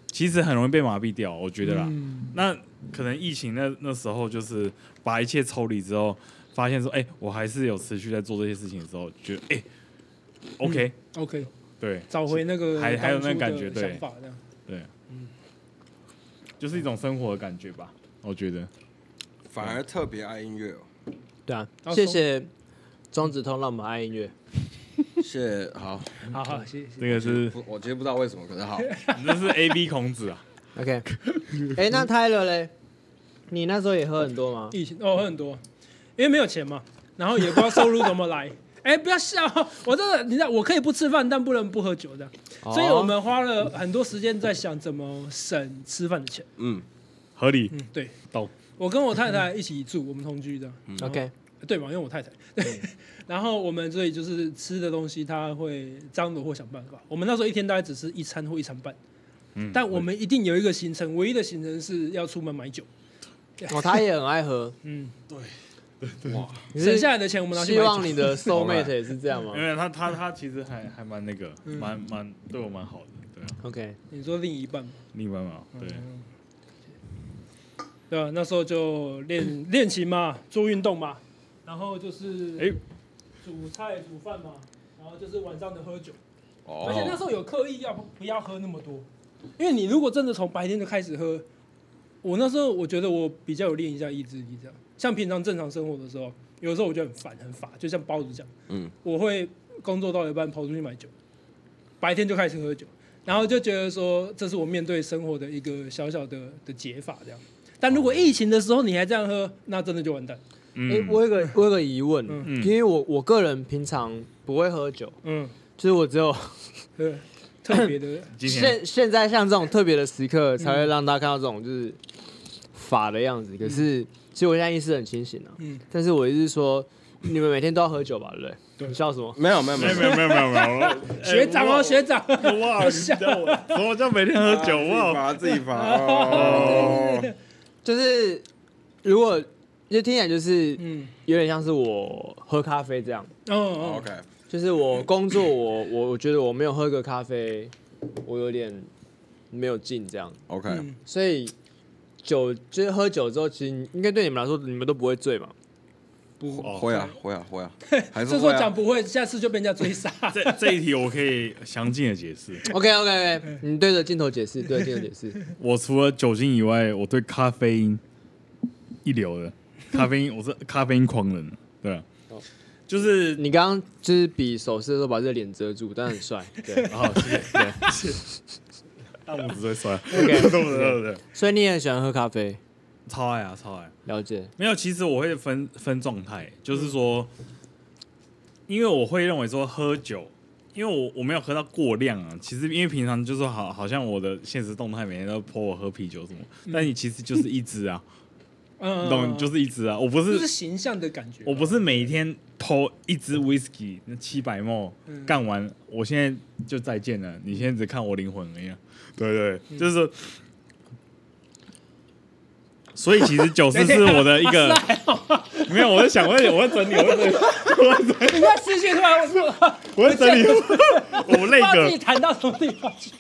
其实很容易被麻痹掉，我觉得啦。
嗯
那可能疫情那那时候，就是把一切抽离之后，发现说，哎、我还是有持续在做这些事情的时候，觉得哎、OK，、
嗯
，OK，
对，
找回那个
还还有那
当初的
感觉对
想法这样。
对，就是一种生活的感觉吧，我觉得。
反而特别爱音乐哦。
对啊，
好
谢谢钟子通让我们爱音乐。
谢好，
嗯
好好，谢谢。
这个是
不我其实不知道为什么，可是 好，
你这是 A B 孔子啊，
OK，哎、那 Tyler 嘞？你那时候也喝很多吗？
疫情哦，喝很多，因为没有钱嘛，然后也不知道收入怎么来。 哎，不要笑，我真的，你知道，我可以不吃饭，但不能不喝酒的。
哦
哦
所以我们花了很多时间在想怎么省吃饭的钱。
嗯，
合理
嗯，对
懂。
我跟我太太一起住，我们同居的。
哦 OK，
对嘛，因为我太太。对， 然后我们所以就是吃的东西，她会张罗或想办法。我们那时候一天大概只吃一餐或一餐半，
嗯
但我们一定有一个行程，唯一的行程是要出门买酒。
哦，他也很爱喝。
嗯，
哇，
你
省
是
下来的钱我们拿去
希
买
望
酒。嗯
你 的 soul mate 也是这样吗
因为他他他其实还还蛮那个，
嗯
蛮蛮对我蛮好的，对啊，
？OK，
你说另一半嘛，
另一半嘛，
嗯
对，
哎对啊，那时候就练练琴嘛，做运动嘛，然后就是
哎
煮菜煮饭嘛，然后就是晚上的喝酒。而且那时
哦，
候有刻意要不要喝那么多，因为你如果真的从白天就开始喝，我那时候我觉得我比较有练一下意志力，这样。像平常正常生活的时候，有时候我就很烦很乏，就像包子讲，
嗯，
我会工作到一半跑出去买酒，白天就开始喝酒，然后就觉得说这是我面对生活的一个小小的的解法，这样。但如果疫情的时候你还这样喝，那真的就完蛋。
嗯
哎、我有个我有个疑问，
嗯
因为我我个人平常不会喝酒，
嗯，
就是我只有
对， 特别的，
今天
现现在像这种特别的时刻，才会让大家看到这种就是法的样子。可是，其实我现在意识很清醒了、啊。
嗯，
但是我意思是说，你们每天都要喝酒吧，对不对？
对
你笑什么？
没有没有没
没有
有
没，有没有没有没有，我
学长哦，学长，
哇，你知道我什么叫每天喝酒哇？
啊自己罚自己罚哦，
就是如果就听起来就是
嗯，
有点像是我喝咖啡这样，
哦
哦
哦，
，OK，
就是我工作我我我觉得我没有喝个咖啡，我有点没有进这样，
OK，、
嗯，
所以酒就是喝酒之后，其实应该对你们来说，你们都不会醉嘛。
不
哦
会啊，会啊，会啊，还是
这时候
会啊
讲。不会，下次就被人家追 杀。
这这一题我可以详尽的解释。
OK OK OK，你对着镜头解释，对着镜头解 释。
我除了酒精以外，我对咖啡因一流的，咖啡因我是咖啡因狂人，对啊
哦，
就是
你刚刚就是比手势的时候把这个脸遮住，但很 帅。对
好，谢谢，谢谢大拇指最酸，
OK，
对不对？对不对？
所以你也很喜欢喝咖啡，
超爱啊，超爱！
了解。
没有，其实我会分分状态，就是说，因为我会认为说喝酒，因为我我没有喝到过量啊。其实因为平常就是好，好像我的现实动态每天都 po 我喝啤酒什么，但你其实就是一支啊，
嗯，
懂？就是一支啊，我不
就是是形象的感觉。
我不是每天偷一
嗯
支 whisky 那七百 m
嗯
干完，我现在就再见了。你现在只看我灵魂而已啊，对对
嗯
就是说，所以 其实九四是我的一个，没有，我在想，我在我在整理，我在整理，我在整理
你看视线突然我 说，
我 在整理，我
不知
那
道自己
个
谈到什么地方去。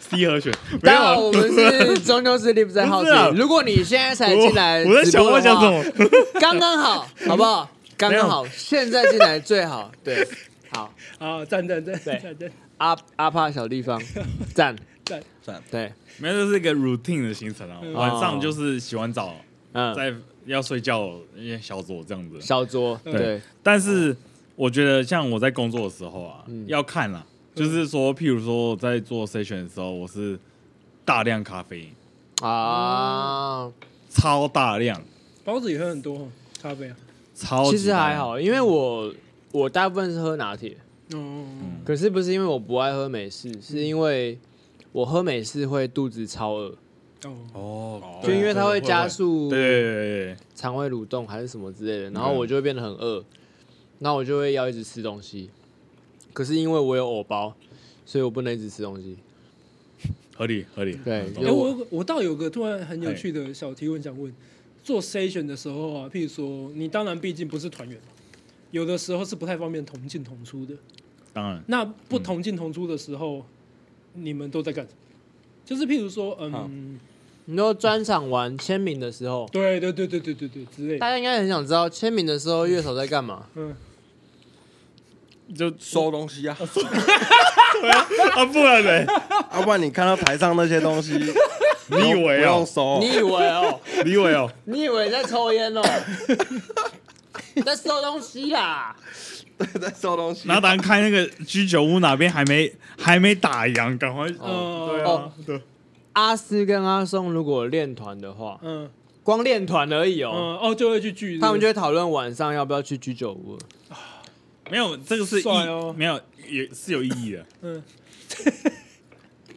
C 和弦没
大
有
家好，
啊，
我们是中秋 Sleep 在
不
House
是啊
里。如果你现在才
我
进来，
我在 想我在想什，么，
刚刚好，好不好？刚刚好，现在进来最好。对，好，
啊，赞赞赞
对
赞赞
阿阿帕小地 方，赞，
赞，
对，
没有，这是一个 routine 的行程啊。哦晚上
哦
就是洗完澡，
嗯，
再要睡觉，小酌这样子。
小桌，对，
但是我觉得，像我在工作的时候啊，
嗯
要看啦，就是说，譬如说我在做 session 的时候，我是大量咖啡因，
啊，
哦超大量，
包子也喝很多哦，咖啡啊。
超级
其实
大
还
量，
好，因为我我大部分是喝拿铁，
嗯
哦，
可是不是因为我不爱喝美式，是因为我喝美式会肚子超饿，
哦，
哦，
就因为它会加速
对，对嗯对对对，
肠胃蠕动还是什么之类的，然后我就会变得很饿，那我就会要一直吃东西。可是因为我有藕包，所以我不能一直吃东西。
合理合理，
对
懂
哎、
因为
我有个我倒有个突然很有趣的小提问想问，做 session 的时候啊，譬如说你当然毕竟不是团员嘛，有的时候是不太方便同进同出的。
当然
那不同进同出的时候，你们都在干什么？就是譬如说，
好
嗯，
你说专场完签名的时候，
对对对对对对对之类
大
的，
家应该很想知道签名的时候乐手在干嘛。
嗯，
就
收东 西
哦
啊，
啊，不然嘞，
要啊不然你看到台上那些 东西，
你以为
啊不
哦
用，收？
你以为 哦？
你以为哦，
你以为在抽 烟哦？在收东西啦？
在收东西
然后打算开那个居酒屋哪边还没还没打烊，赶快，
哦
对啊
哦，
对，
阿斯跟阿松如果练团的话，
嗯
光练团而已哦，
嗯，哦，就会去聚，
他们就
对
会讨论晚上要不要去居酒屋。
没有这个是意
帅哦
没有也是有意义的。
不对嗯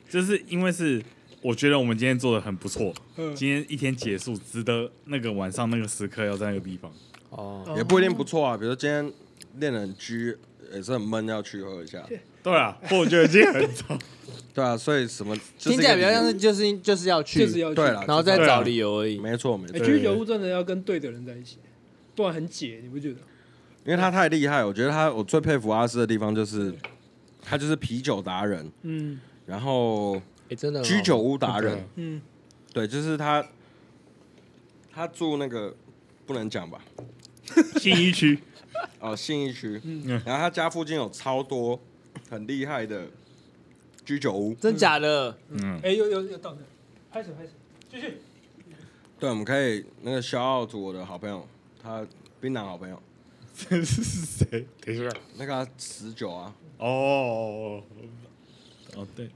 就是因为是我觉得我们今天做的很不错，
嗯
今天一天结束，值得那个晚上那个时刻要在那个地方。
哦，
也不一定不错啊。比如说今天练得很拘，也是很闷，要去喝一下。
对 啊，不过我觉得今天很糟。
对啊，所以什么就是一
听
个
起来比较像是
理
就是就是要去，
就是要去
对啦
然后再
对啊
找理由而已
由。没错没
哎，
错，
居酒屋真的要跟对的人在一起，不然很解，你不觉得？
因为他太厉害，我觉得他我最佩服阿斯的地方就是，他就是啤酒达人，
嗯
然后
哎，真的很好
居酒屋达人，
嗯，
对，就是他，他住那个不能讲吧？
信义区，
哦，信义区，
嗯
然后他家附近有超多很厉害的居酒屋，
真假的？
嗯，
哎，又又又到那，拍手拍手，继续。
对，我们可以那个肖奥组我的好朋友，他槟榔好朋友，
这是谁？等一下，
那个十九啊，
哦，哦对，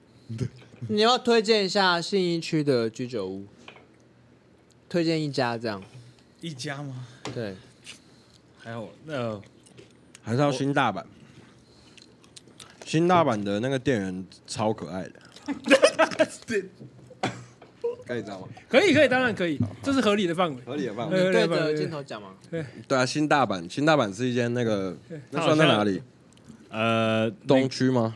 你要推荐一下信义区的居酒屋，推荐一家这样。
一家吗？
对，
还有那呃
还是要新大阪。新大阪的那个店员超可 爱的，可以知道吗？
可以可以，当然可以，这是合理的范围。
合理的范
对
围。
对
对
对
着镜
对，
头讲嘛。
对啊，新大阪，新大阪是一间那个，那
它
算
好
在
像
哪里？
呃
东区吗？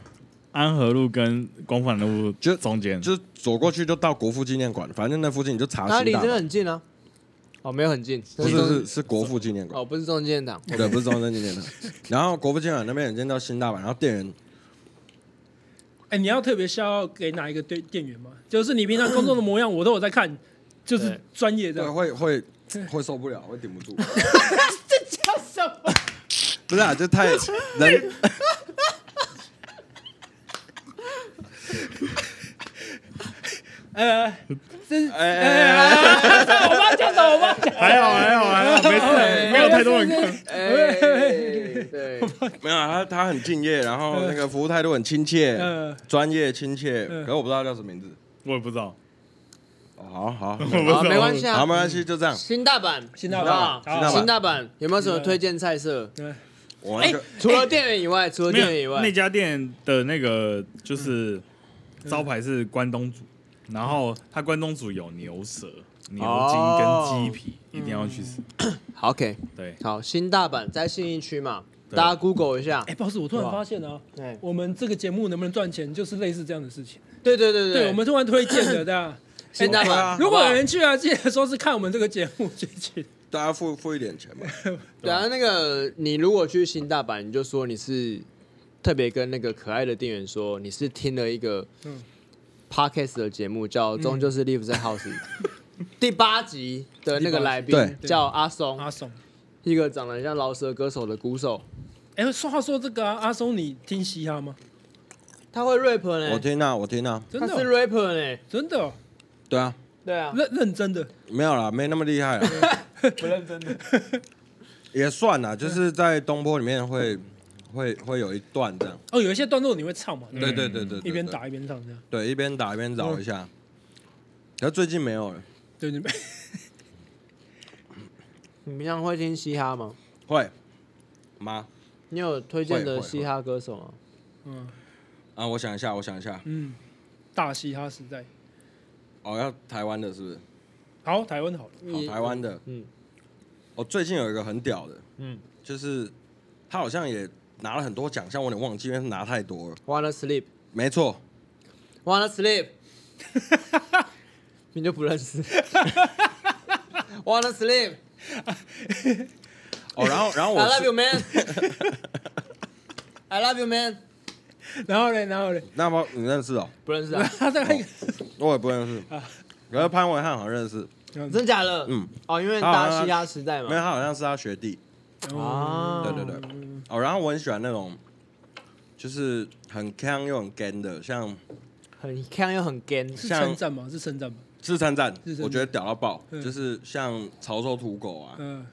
安和路跟光返路
就
中间，
就是走过去就到国父纪念馆，反正那附近你就查
它
新
离
大
这个
阪。
很近啊。哦，没有很近，
不是
中
是是国父纪念馆，
哦，不是中间档。
对， 不是中正纪念馆。然后国父纪念馆那边有一间叫新大阪，然后店员
哎、你要特别需要给哪一个店店员吗？就是你平常工作的模样，我都有在看，就是
对
专业
对，
的。
会会会受不了，会顶不 住。
叫什么？
不是啊，就太人
呃，这
哎哎哎
我妈叫什么？我妈讲
还好还好还好，没事，没有太多人看。
哎，
对，
没有啊他他很敬业，然后那个服务态度很亲切
嗯，
专业亲切，
嗯
可是我不知道他叫什么名字。
我也不知道，
哦好好
我不知道
没关系
好，
啊
没。关系，就这样。
新大阪，
新大阪
好不好
新大
阪
新大阪有没有什么推荐菜色？
我
哎
那个，
除了店员以外，除了
没
店员以
有那
外，
家店的那个就是
嗯
招牌是关东煮，然后它关东煮有牛舌、牛筋跟鸡皮，
哦
一定要去吃。
嗯好 OK，
对，
好，新大阪在信义区嘛，
对
大家 Google 一下
哎、。boss，我突然发现啊，
哎
我们这个节目能不能赚钱，就是类似这样的事情。
对对对
对，我们突然推荐的，对吧？
新大
对啊
阪，
如果
好不好
有人去啊，记得说是看我们这个节目最近。
大家付付一点钱吧。
对啊，那个你如果去新大阪，你就说你是特别跟那个可爱的店员说你是听了一个
嗯
podcast 的节目叫《终究是 Live 在 House》第八集的那个来宾
对
对
叫阿松，
阿 松，
一个长得像饶舌歌手的鼓手，
哎、说话说这个、啊、阿松，你听嘻哈吗？
他会 rap 呢、
我听啊，我听啊，
真
他
的
是
哦、
rapper 呢、
真的哦、
对啊，
对啊，
认认真的，
没有啦，没那么厉害啦，啊
嗯
不认真的，
也算啦，就是在东坡里面会会会有一段这样。
哦，有一些段落你会唱嘛？对不
对
对
对对对，对
嗯一边，打一嗯边唱这样。
对，一边打一边找一下。可是最近没有了，
对，你们
你平常会听嘻哈吗？
会吗？
你有推荐的
会会
嘻哈歌手吗？
嗯
啊，我想一下，我想一下，
嗯，大嘻哈时代，
哦，要台湾的是不是？
好，台湾好了，
好，台湾的，
嗯
我哦最近有一个很屌的，
嗯
就是他好像也拿了很多奖项，我有点忘记，因为他拿太多了。
，Wanna Sleep，Wanna
没错，
Sleep，你就不认识，Wanna Sleep。
哦，然后然后我
I love
是
you, man. I love you, man.
然后嘞，然后嘞，
那么你认识哦？
不认识啊？
他在那个
我也不认识，可是潘文汉好像认识，
真假的？
嗯，
哦，因为大家嘻哈时代
因为他
嘛。
好像是他学弟。
啊，
对对对，哦，然后我很喜欢那种，就是很 can 又很 gan 的，像
很看又很 gay。
是
像
称赞吗？是称赞吗？
智参战
志，参
我觉得屌到爆，
嗯
就是像潮州土狗啊，
嗯，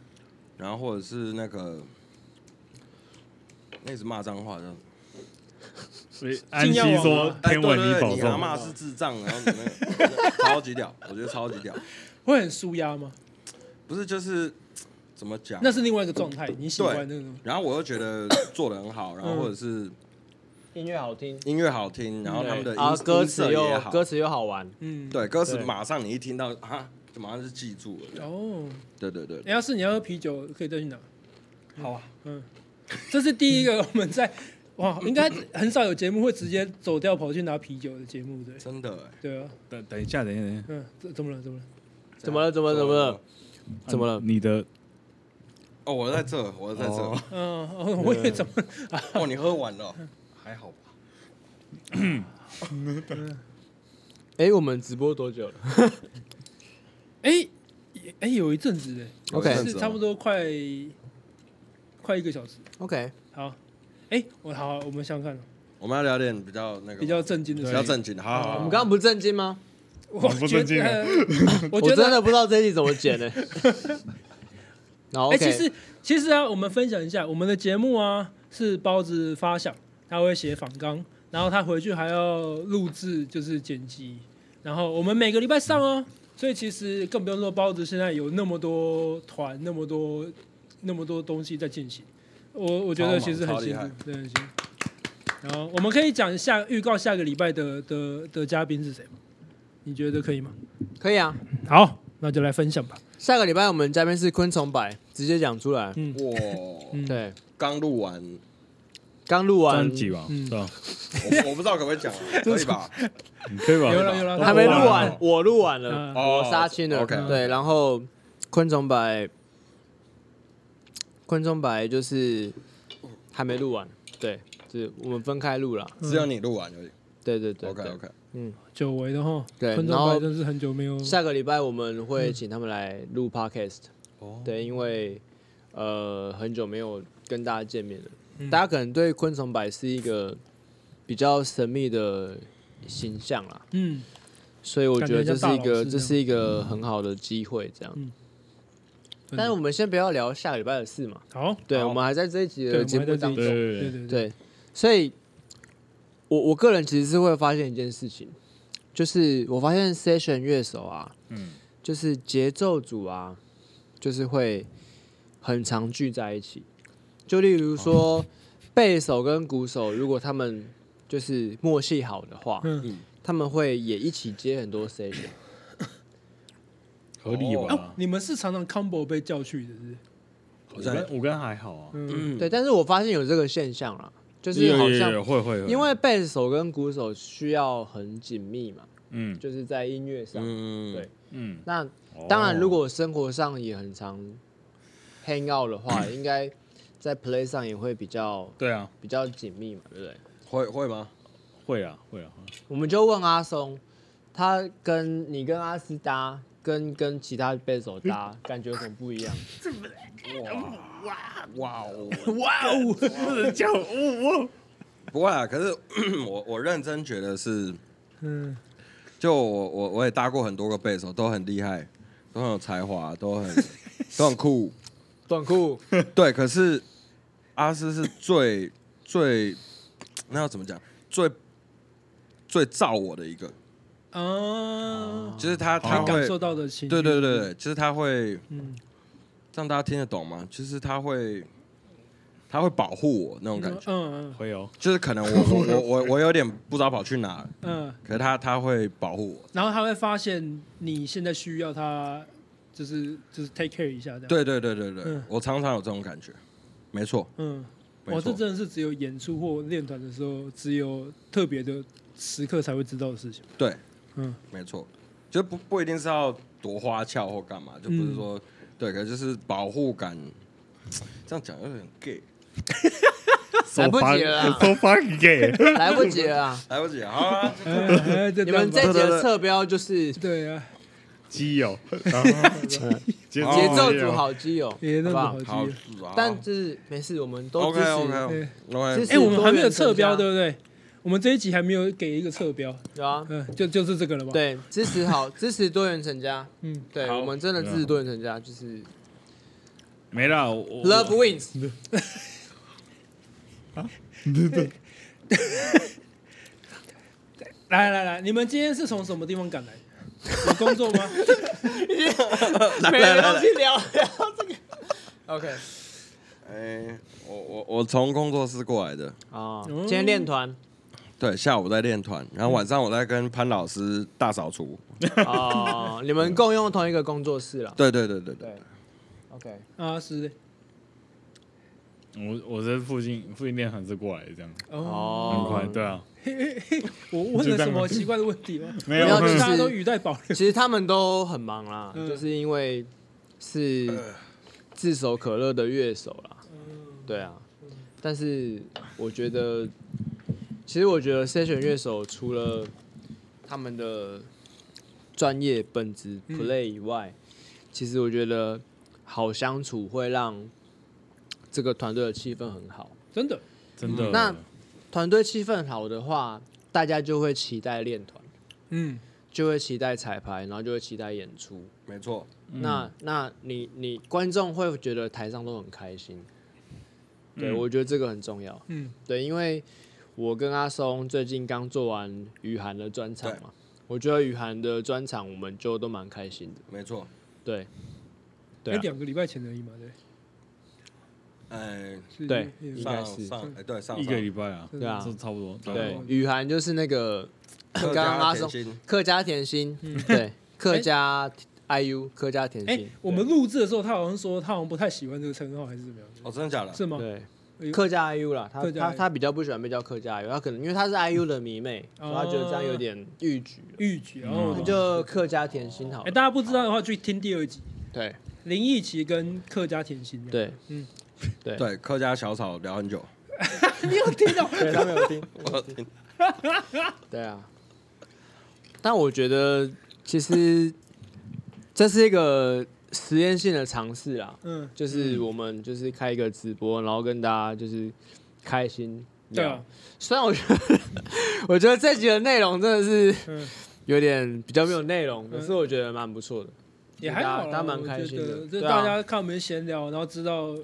然后或者是那个，那一直骂脏话的，
所以哦安息说
哎
天文
对对对
保
你阿妈
重，
是智障，然后你那个超级屌，我觉得超级屌，
会很舒压吗？
不是就是怎么讲？
那是另外一个状态，你喜欢那种
然后我又觉得做的很好，然
嗯
后或者是
音乐好听，
音乐好听，然后他们的音
啊，歌词
音色也
又
好
歌词又好玩。
嗯，
对歌词
对
马上你一听到啊，就马上就记住了。这样
哦，
对对对，
哎要是你要喝啤酒，可以再去拿。
好啊，
嗯，这是第一个我们在哇，应该很少有节目会直接走掉跑去拿啤酒的节目，对
真的哎，
对啊，
等等一下，等一下，等一下，
嗯，怎怎么了？怎么了？
怎么了？怎么了？怎么了？？怎么了？
啊你的
哦，我在这，我在这。
哦
嗯，哦我也怎么
哦，你喝完了，还好吧？
哎，我们直播多久了？
哎哎有一阵子嘞，
OK
有一阵子
是
哦
差不多快快一个小时。
OK，
好，哎，我好，我们想想看哦
我们要聊点比较那个
比较震惊的
啊比
事情，
较正经的。好好
我
好，
我们刚刚不是正经吗？
我
不
觉
正经
得
啊
了，
我
我
觉
真
得，
的不知道这一集怎么剪呢。 然后
哎，
OK，
其实其实啊，我们分享一下我们的节目啊，是包子发想，他会写访纲，然后他回去还要录制，就是剪辑，然后我们每个礼拜上哦，所以其实更不用说包子现在有那么多团，那么多那么多东西在进行，我我觉得其实很辛
超
苦
忙，
真的很辛苦。然后我们可以讲一下预告下个礼拜的的的嘉宾是谁吗？你觉得可以吗？
可以啊。
好，那就来分享吧。
下个礼拜我们嘉宾是昆虫白，直接讲出来。
哇，
嗯
对，
刚录完，
刚录完
专辑吧，
嗯
是吧？
我我不知道可不可以 讲，啊
嗯
可以吧？
你可以吧？
有了有了，
还没录
我
完，我录完了。
嗯
哦
我杀青嗯了。
OK，
对，然后昆虫白，昆虫白就是还没录完，对，就是我们分开录了。
只有你录完而已。
对对对
OK
对
OK，
嗯，
久违的哈，
对
昆
然
虫
后
派真是很久没有，
下个礼拜我们会请他们来录 podcast，、
哦，
对，因为呃很久没有跟大家见面了，
嗯
大家可能对昆虫白是一个比较神秘的形象啦，
嗯，
所以我觉得这是一
感觉像大老
个
师
这是一个很好的机会，这样。
嗯真的
但是我们先不要聊下个礼拜的事嘛，
好，
对，
好
我们还在这一集
对，我
的
们
节
还在
目
这
当
里
对
中，
对
对对
对对，
对，所以我我个人其实是会发现一件事情，就是我发现 session 乐手啊，
嗯，
就是节奏组啊，就是会很常聚在一起。就例如
哦
说，贝手跟鼓手，如果他们就是默契好的话，
嗯，
他们会也一起接很多 session。
合理
啊
啊
哦
吧，？
你们是常常 combo 被叫去的，是不是？
我跟我跟还好啊，
嗯，
嗯，
对，但是我发现有这个现象啦，就
就是
好
有有
像
会会，会
因为贝手跟鼓手需要很紧密嘛，
嗯
就是在音乐上。
嗯
对
嗯，
那
哦
当然，如果生活上也很常 hang out 的话，应该在 play 上也会比较
对啊，
比较紧密嘛，对不对？
会会吗？
会啊会啊，
我们就问阿松，他跟你跟阿斯搭，跟跟其他贝手
嗯
搭，感觉有什么不一样？
哇哦，
哇哦，
不能叫我
不会啊，可是 我我认真觉得是，
嗯，
就我我我也搭过很多个贝手，都很厉害，都很有才华，都很都很酷，
短裤，
对，可是阿斯是最最那要怎么讲？最最照我的一个，
啊，
就是他他
他
会
感，受到的情，
对对对，对，就是他会
嗯，
让大家听得懂吗？就是他会他会保护我那种感觉，
嗯嗯
会哦，
就是可能 我我我我我有点不知道跑去哪，
嗯，
可是他他会保护我。
然后他会发现你现在需要他，就是就是 take care 一下这样，，
对对对对对，
嗯
我常常有这种感觉，没错，
嗯，
没
哇，这
错，
真的是只有演出或练团的时候，只有特别的时刻才会知道的事情，
对，
嗯
没错，就不不一定是要多花俏或干嘛，就不
嗯
是说、对，可是就是保护感，这样讲有点 gay，
来不及 了啊
So fucking gay，
来不及 了啊！
来不及，好啊，就
哎哎就
你
这样
们这
吧
一集的侧标就是
对啊，
基友， 节
哦
节奏组，好基友，
哦也那
好不好
么？
好
好记。，
但就是没事，我们都
OK
支持。
OK
支
OK，
持
哎，我们还没有
多元成
侧标，
家
对不对？我们这一集还没有给一个侧标，
对啊，
嗯，就就是这个了吧？，
对，支持好， 支持多元成家。
嗯，
对，
好
我们真的支持多元成
哦
家，就是
没啦，我我
love wins。
来来来，你们今天是从什么地方赶来？有工作 吗？
没人东西聊聊这个。OK
哎，我我我从工作室过来的，
哦
啊，今天练团
对，下午在练团，然后晚上我在跟潘老师大扫除，
哦，你们共用同一个工作室了。
对对对对对，
对，OK，
啊，是的。
我我这附近附近练团是过来的，这样很
哦
快，，对啊，
我问了
就这样
什
吗
么奇怪的问题吗？
没
有没有就是
大家都语带保留。
其实他们都很忙啦，
嗯
就是因为是炙手可热的乐手啦，对啊。但是我觉得，其实我觉得筛选乐手除了他们的专业本职 play 以外，其实我觉得好相处会让这个团队的气氛很好。
真的，
真的，
那团队气氛好的话，大家就会期待练团，
嗯，
就会期待彩排，然后就会期待演出。
没错，
那那你你观众会觉得台上都很开心，对、
嗯
我觉得这个很重要。
嗯，
对，因为我跟阿松最近刚做完雨涵的专场嘛，我觉得雨涵的专场我们就都蛮开心的。
没错，
对，对
哎，
啊、
两个礼拜前而已嘛，对
哎，
是。
对
也
应
上
该是
上哎对上
一个礼拜啊，
对啊
这，差不多，差不
对
多，，
雨涵就是那个
客
刚
家
刚阿
甜
松
心
客家甜心，对，客家 IU 客家甜
哎
心，，
我们录制的时候，他好像说他好像不太喜欢这个称号，还是怎么样？
哦，真的假的？
是吗？哎
对，
呦
客家 IU 啦，他
客家
他
IU
他比较不喜欢被叫客家 IU，他可能因为他是 IU 的迷妹，所以他觉得这样有点逾矩了。
玉局，然后
那哦嗯就客家甜心好
哎，
了。
大家不知道的话，去听第二集，
对
林奕琪跟客家甜心。，
对，
嗯
嗯，
对，客家小草聊很久，
你有听到？
哎对，他没有听。
我听
对啊，但我觉得其实这是一个实验性的尝试啦，
嗯，
就是我们就是开一个直播，然后跟大家就是开心。
对啊，，
虽然我觉得 我觉得这集的内容真的是
嗯，
有点比较没有内容，可是我觉得蛮不错的。
也还好啦，
啊大家蛮
我
开心
觉
的
得就
对啊
大家看我们闲聊，然后知道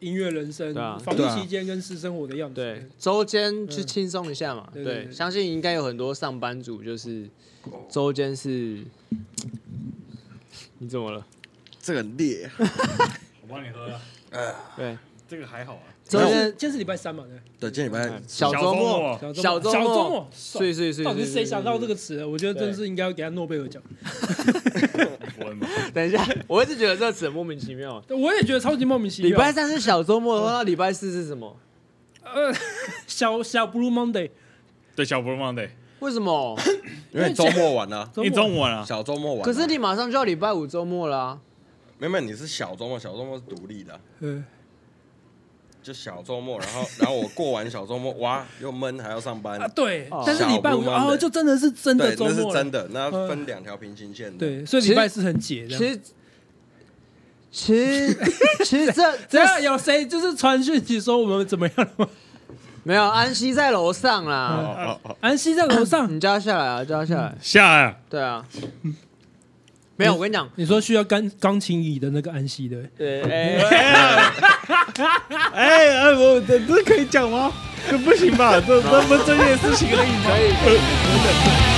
音乐人生
对啊、
防
对
疫
啊
期间跟私生活的样子。
对，啊周间去轻松一下嘛。
对
对，
对对
相信应该有很多上班族就是周间是，你怎么了？
这个很烈，
我帮你喝了，
对，
这个还好啊。
周
今
间
天今天是礼拜三嘛，对，
对，今天礼拜
小
周
周末，
末，
小
小
周
周末
小周末，
碎碎碎，
到底是谁
碎
想到这？个词啊的？我觉得真
对
是应该要给他诺贝尔奖。
我的妈
碎碎等一下，我一直觉得这个词很莫名其妙。
对我也觉得超级莫名其妙。
礼拜三是小周末的话，那礼拜四是什么？
小小 Blue Monday，
对，小 Blue Monday，
为什么？
因为周末晚了，
周末
你中午了，
小周末晚啊。
可是你马上就要礼拜五周末啦。
没有没有，你是小周末，小周末是独立的啊，
嗯，
就小周末，然后然后我过完小周末，哇，又闷还要上班
啊，，对
哦，
但是礼拜五
小 Blue Monday
哦，就真的是真
对
的，周
那是
末了嗯
真，的，那分两条平行线的，
对，所以礼拜四很解
其
的。
实，其实，其实这
只
这
要有谁就是传讯息说我们怎么样了吗？
没有安息在楼上啦。
哦，哦哦
安息在楼上，
你叫他下来啊，叫他下来。
啊下来啊，
对啊，没有，我跟你讲，
你说需要钢钢琴椅的那个安息的，
对，哎，
哎哎，我这这可以讲吗？这不行吧？这这不是这件事情而已吗？
可以。